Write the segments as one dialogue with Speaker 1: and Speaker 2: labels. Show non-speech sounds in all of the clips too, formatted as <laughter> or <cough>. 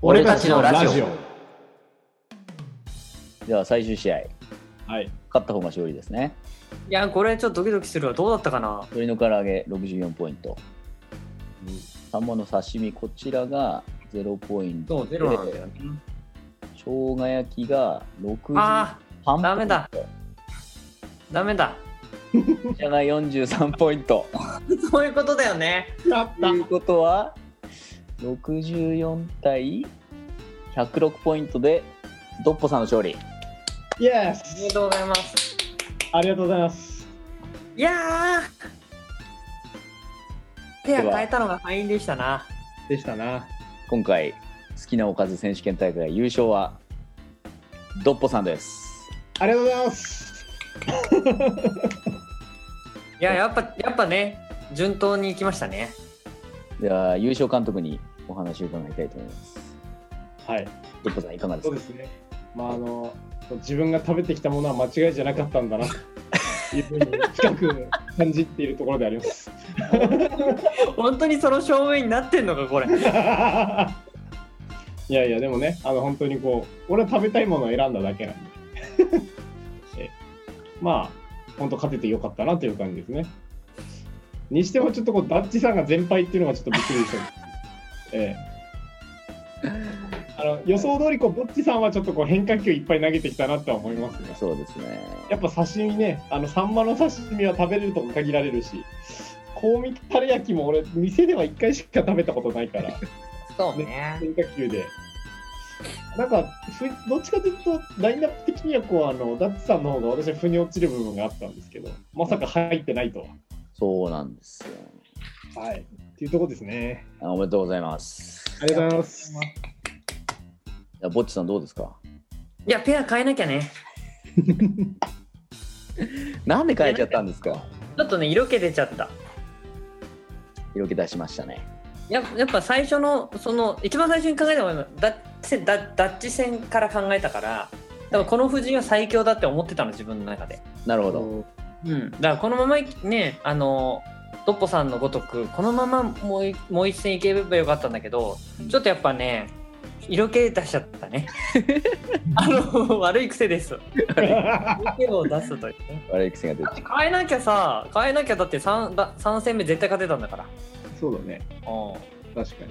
Speaker 1: 俺たちのラジオ
Speaker 2: では最終試合
Speaker 3: はい
Speaker 2: 勝った方が勝利ですね
Speaker 1: いやこれちょっとドキドキするわどうだったかな
Speaker 2: 鶏の唐揚げ64ポイントサンマの刺身こちらが0ポイント
Speaker 1: そうゼロなんだよね
Speaker 2: 生姜焼きが63
Speaker 1: あ
Speaker 2: ポイント
Speaker 1: ダメだーダメだ
Speaker 2: こちらが43ポイント
Speaker 1: そういうことだよね
Speaker 3: やっ
Speaker 2: ということは64対106ポイントでドッポさんの勝利
Speaker 3: イエ
Speaker 1: おめで
Speaker 3: ス
Speaker 1: とうございます
Speaker 3: ありがとうございます
Speaker 1: いやーペア変えたのが敗因でしたな
Speaker 3: でしたな
Speaker 2: 今回好きなおかず選手権大会優勝はドッポさんです
Speaker 3: ありがとうございます
Speaker 1: いややっぱやっぱね順当に行きましたね
Speaker 2: では優勝監督にお話を伺いたいと思います
Speaker 3: はい
Speaker 2: ドッポさんいかがです
Speaker 3: そう
Speaker 2: か
Speaker 3: ですねまああの自分が食べてきたものは間違いじゃなかったん
Speaker 1: <laughs>
Speaker 3: だなというふうに深く感じているところであります
Speaker 1: 本当にその証明になってんのかこれ
Speaker 3: <laughs> いやいやでもねあの本当にこう俺は食べたいものを選んだだけなんでえまあ本当勝ててよかったなという感じですねにしてもちょっとこうダッチさんが全敗っていうのがちょっとびっくりしたんですけどええあの予想通りこうボッチさんはちょっとこう変化球いっぱい投げてきたなとは思いますね
Speaker 2: そうですね
Speaker 3: やっぱ刺身ね、あのサンマの刺身は食べれるとも限られるし、香味たれ焼きも俺、店では1回しか食べたことないから、
Speaker 1: そうね
Speaker 3: 変化球で。なんか、ふどっちかというと、ラインナップ的にはこうあの、ダッツさんの方が私は腑に落ちる部分があったんですけど、まさか入ってないとは。
Speaker 2: そうなんですよ
Speaker 3: はい、っていうところですね。
Speaker 2: あおめでとうございます
Speaker 3: ありがとうございます。
Speaker 2: いやぼっちさんどうですか
Speaker 1: いやペア変えなきゃね
Speaker 2: なんで変えちゃったんですか
Speaker 1: ちょっとね色気出ちゃった
Speaker 2: 色気出しましたね
Speaker 1: ややっぱ最初のその一番最初に考えたのはダッチダダッチ戦から考えたから多分この布陣は最強だって思ってたの自分の中で、
Speaker 2: なるほど
Speaker 1: うん、だからこのままいねあのドッポさんのごとくこのままもういもう一戦いければよかったんだけどちょっとやっぱね色気出しちゃったね <laughs> あの悪い癖です色気を出すというね
Speaker 2: 悪い癖が出て
Speaker 1: 変えなきゃさ変えなきゃだって 3, だ3戦目絶対勝てたんだから
Speaker 3: <laughs> そうだね、
Speaker 1: うん
Speaker 3: 確か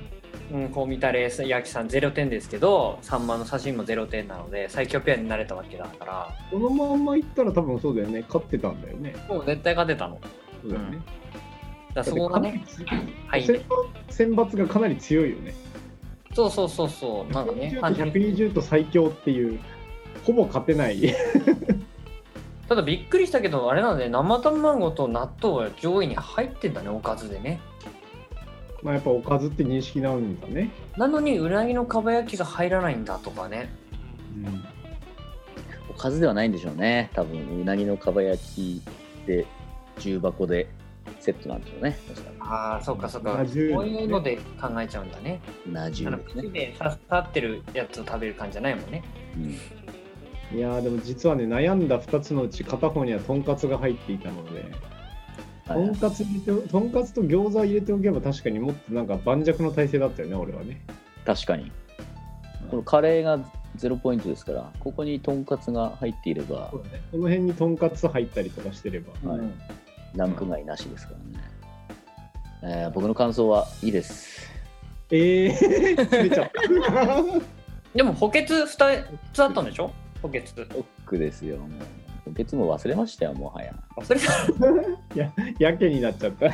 Speaker 3: に。
Speaker 1: うん、こう見たれ焼きさん0点ですけど3万の写真も0点なので最強ペアになれたわけだから
Speaker 3: このまんまいったら多分そうだよね、勝ってたんだよね。
Speaker 1: もう絶対勝てたのだか
Speaker 3: そうだよね。
Speaker 1: らそこがねはい
Speaker 3: 選抜選抜がかなり強いよね。
Speaker 1: そうそうそうそうなんかね単純に
Speaker 3: 120と最強っていう、ほぼ勝てない。 <laughs>
Speaker 1: ただびっくりしたけどあれなんで生卵と納豆が上位に入ってんだねおかずでね
Speaker 3: まあやっぱおかずって認識なんだね。
Speaker 1: なのにうなぎのかば焼きが入らないんだとかね
Speaker 2: おかずではないんでしょうね多分うなぎのかば焼きで重箱でセットなんでしょうねおそらく
Speaker 1: ああそっかそっか
Speaker 3: まあ
Speaker 1: こう
Speaker 3: 重量ね
Speaker 1: いうので考えちゃうんだね
Speaker 2: うな重
Speaker 1: あの
Speaker 2: ですね
Speaker 1: 口、で刺さってるやつを食べる感じじゃないもんね
Speaker 2: うん
Speaker 3: いやーでも実はね、悩んだ2つのうち片方にはとんかつが入っていたので、と
Speaker 2: はい
Speaker 3: んかつ入れてとんかつと餃子を入れておけば確かにもっとなんか盤石の体制だったよね、俺はね。
Speaker 2: 確かにこのカレーが0ポイントですからここにとんかつが入っていれば
Speaker 3: そうだねこの辺にとんかつ入ったりとかしてれば。
Speaker 2: はい
Speaker 1: うん
Speaker 2: ランク外なしですからね、えー僕の感想はいいです
Speaker 3: ええー、詰めちゃった。 <laughs>
Speaker 1: でも補欠 2, つあったんでしょ補欠
Speaker 2: ショックですよもう補欠も忘れましたよもはや
Speaker 1: それ
Speaker 3: やけになっちゃった。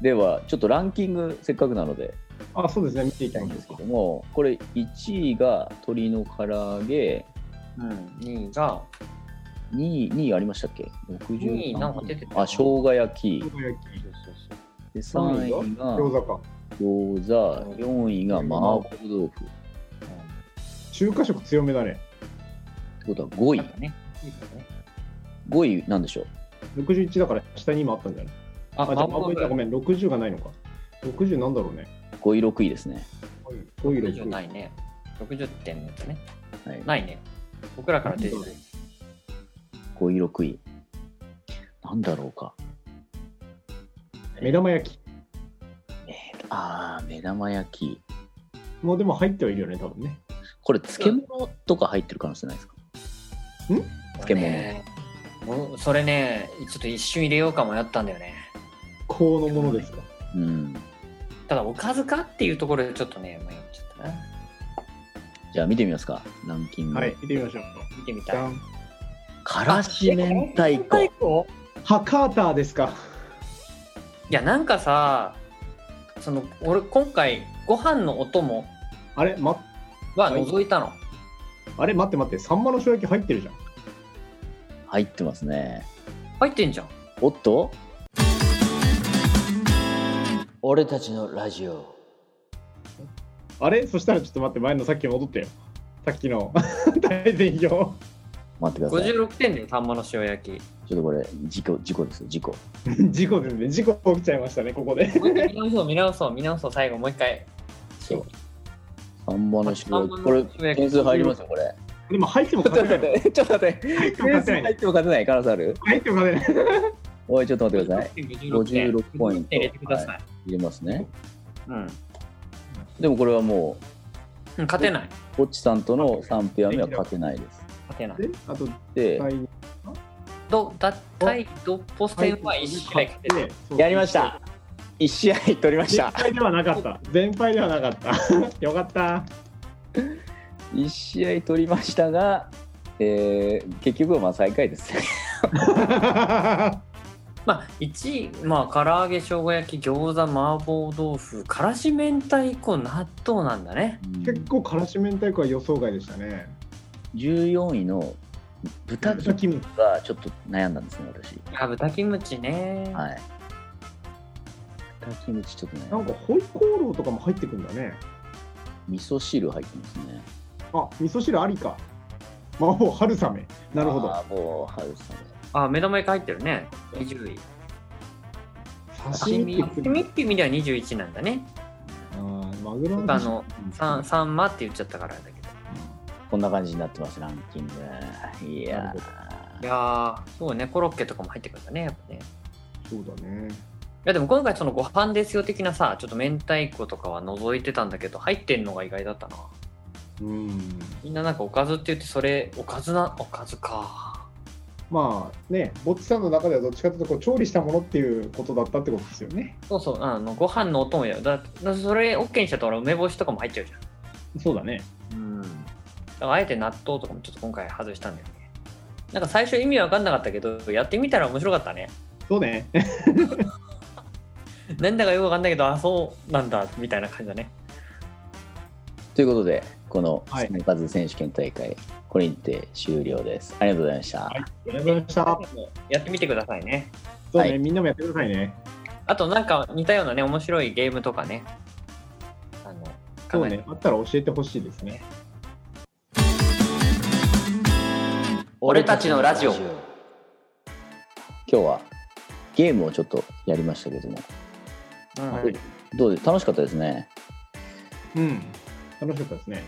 Speaker 2: ではちょっとランキングせっかくなので
Speaker 3: あ、そうですね、見てい
Speaker 2: い
Speaker 3: き
Speaker 2: きた
Speaker 3: ま
Speaker 2: い
Speaker 3: し
Speaker 2: ん
Speaker 3: ょう
Speaker 2: です
Speaker 3: か
Speaker 2: け。どもこれ1位が鶏の唐揚げ
Speaker 1: うん、2位が、
Speaker 2: 2位2位ありましたっけ60
Speaker 1: 二位なんか出てた
Speaker 2: あ生姜焼き
Speaker 3: どこ焼き
Speaker 2: で3位が
Speaker 3: 餃子か。
Speaker 2: 餃子4位が麻婆豆腐っ
Speaker 3: 中華食強めだね。
Speaker 2: てことは5位
Speaker 1: なんかね、
Speaker 2: 5位なんでしょう
Speaker 3: 61だから下に今あったんじゃない
Speaker 1: あ、
Speaker 3: あ、じゃあ、
Speaker 1: 麻婆
Speaker 3: ご
Speaker 1: 豆
Speaker 3: めん、60がないのか。60なんだろうね。
Speaker 2: 5位6位ですね、
Speaker 3: 5位、
Speaker 1: 腐60
Speaker 3: 6
Speaker 1: ない
Speaker 3: 位。
Speaker 1: ね。60点のやつね。
Speaker 2: はい、
Speaker 1: ないね。僕らから出てる。
Speaker 2: 5位6位なんだろうか
Speaker 3: 目玉焼き。
Speaker 2: あー目玉焼き
Speaker 3: もうでも入ってはいるよね、多分ね。
Speaker 2: これ、漬物とか入ってる可能性ないですか漬物
Speaker 1: ねもうそれねちょっと一瞬入れようか迷ったんだよね
Speaker 3: こうのものですか。
Speaker 2: うん。
Speaker 1: ただおかずかっていうところでちょっとね迷っちゃったな
Speaker 2: じゃあ見てみますか。ランキング。
Speaker 3: はい、見てみましょう。
Speaker 1: 見てみ
Speaker 3: じゃ
Speaker 1: たい
Speaker 3: ん
Speaker 2: からし明太子。
Speaker 1: 子
Speaker 3: ハカーターですか。
Speaker 1: いやなんかさその俺今回ご飯のお供
Speaker 3: あれ、ま、
Speaker 1: は除いたの、
Speaker 3: あれ、待って待って、サンマの塩焼き入ってるじゃん。
Speaker 2: 入ってますね。
Speaker 1: 入ってんじゃん
Speaker 2: おっと俺たちのラジオ。
Speaker 3: あれそしたらちょっと待って、前のさっき戻ってよ。さっきの <laughs> 大善表。
Speaker 2: 待ってください。ちょ
Speaker 1: 56点でサンマの塩焼き
Speaker 2: っとこれ、事故、事故ですよ、事故。
Speaker 3: <laughs> 事故ですね。事故起きちゃいましたね、ここで。
Speaker 1: もう一回見直そう見直そう見直そう最後もう一回
Speaker 2: そう。サンマの塩
Speaker 1: サン
Speaker 2: 焼
Speaker 1: マ
Speaker 2: き。
Speaker 1: の
Speaker 2: これ、
Speaker 1: 塩焼き
Speaker 2: 点数入りますよ、これ。
Speaker 3: でも入っても
Speaker 2: ちょっと
Speaker 3: 勝て
Speaker 2: 待
Speaker 3: ない。
Speaker 2: って、ちょっと待って。
Speaker 3: 入っても
Speaker 2: 点
Speaker 3: 勝
Speaker 2: 数
Speaker 3: てな
Speaker 2: 入っ
Speaker 3: い。
Speaker 2: ても勝てない、カラスある
Speaker 3: 入っても勝てない。
Speaker 2: おい、ちょっと待ってください。
Speaker 1: 56
Speaker 2: 56ポイント
Speaker 1: 入れてください、
Speaker 2: 入れますね。
Speaker 1: うん
Speaker 2: でもこれはも、
Speaker 1: うん勝てない
Speaker 2: ポッチさんとの3ペア目は勝てないです。
Speaker 1: い勝てない
Speaker 3: であと、
Speaker 2: で、
Speaker 3: 第二
Speaker 1: どだ対ドッポ戦は一試合勝てない
Speaker 2: やりました。1試合取りまし
Speaker 3: 全
Speaker 2: た。
Speaker 3: 敗ではなかった。全敗ではなかった。 <laughs> よかった。
Speaker 2: 1試合取りましたが、えー結局はまあ最下位ですね。
Speaker 1: まあ1位まあ唐揚げ生姜焼き餃子麻婆豆腐からし明太子納豆なんだね
Speaker 3: 結構、からし明太子は予想外でしたね。
Speaker 2: 14位の豚キムチ
Speaker 3: キム
Speaker 2: がちょっと悩んだんですね、私。
Speaker 1: あ豚キムチね、
Speaker 2: はい。豚キムチちょっと
Speaker 3: な
Speaker 2: ね、
Speaker 3: んか、ホイコーローとかも入ってくんだね。
Speaker 2: 味噌汁入ってますね。
Speaker 3: あ、味噌汁ありか。魔法春雨。なるほど。
Speaker 2: あーもう、ハウス
Speaker 1: あ目玉焼き入ってるね20位
Speaker 3: 刺
Speaker 1: 刺
Speaker 3: 身
Speaker 1: 身
Speaker 3: ってくる
Speaker 1: 刺身っていう意味では21なんだね
Speaker 3: あーマグロ
Speaker 1: あの
Speaker 3: さ
Speaker 1: 三三マって言っちゃったからだけど
Speaker 2: こんな感じになってます、ランキング。いや
Speaker 1: いやーそうねコロッケとかも入ってくるんだねやっぱね
Speaker 3: そうだね。
Speaker 1: いやでも今回そのご飯ですよ的なさちょっと明太子とかは覗いてたんだけど入ってんのが意外だったな
Speaker 3: うん。
Speaker 1: みんななんかおかずって言ってそれおかずなおかずか
Speaker 3: まあね、ぼっちさんの中ではどっちかというとこう調理したものっていうことだったってことですよね。
Speaker 1: そうそうあのご飯のお供やだだそれ OK にしちゃったら梅干しとかも入っちゃうじ
Speaker 3: そうだね。
Speaker 1: ゃんうんだからあえて納豆とかもちょっと今回外したんだよねなんか最初意味わかんなかったけどやってみたら面白かったね
Speaker 3: そうね。
Speaker 1: なんだかよくわかんないけどあそうなんだみたいな感じだね
Speaker 2: ーということで、この
Speaker 3: はい
Speaker 2: スネカズ選手権大会、これにて終了です。ありがとうございました。
Speaker 3: はい。ありがとうございました。
Speaker 1: やってみてくださいね
Speaker 3: <laughs> そう
Speaker 2: は
Speaker 3: ね、
Speaker 2: い
Speaker 3: みんなもやってくださいね。
Speaker 1: あとなんか似たようなね面白いゲームとかねあの
Speaker 3: そう
Speaker 1: 考えて
Speaker 3: ね、あったら教えてほしいですね。
Speaker 1: 俺たちのラジオ
Speaker 2: 今日はゲームをちょっとやりましたけども、
Speaker 1: うん
Speaker 2: はいどうで楽しかったですね。
Speaker 3: うん。楽しかったですね。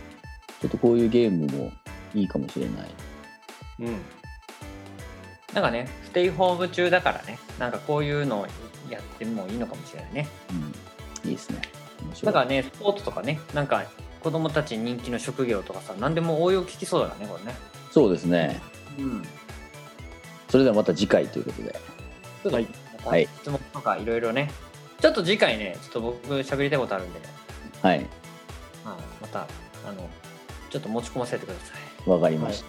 Speaker 2: ちょっとこういうゲームもいいかもしれない。
Speaker 3: うん。
Speaker 1: なんかねステイホーム中だからねなんかこういうのをやってもいいのかもしれないね
Speaker 2: うん、いいですね。面白
Speaker 1: だ
Speaker 2: い
Speaker 1: からねスポーツとかねなんか子供たちに人気の職業とかさ何でも応用聞きそうだからねこれね
Speaker 2: そうですね。
Speaker 1: うん
Speaker 2: それではまた次回ということで。
Speaker 1: ちょっと
Speaker 3: はい
Speaker 1: また
Speaker 2: はい
Speaker 1: 質問とかいろいろねちょっと次回ねちょっと僕喋りたいことあるんで、
Speaker 2: はい、
Speaker 1: まあ、またあのちょっと持ち込ませてくださ
Speaker 2: わかりまし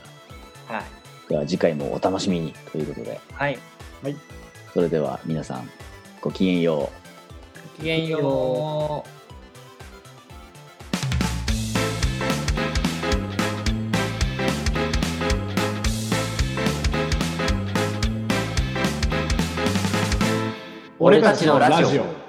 Speaker 2: た。
Speaker 1: いはい
Speaker 2: では次回もお楽しみにということで、
Speaker 1: はい
Speaker 2: それでは皆さんごきげんよう。
Speaker 1: ごきげんよう
Speaker 3: 俺たちのラジオ。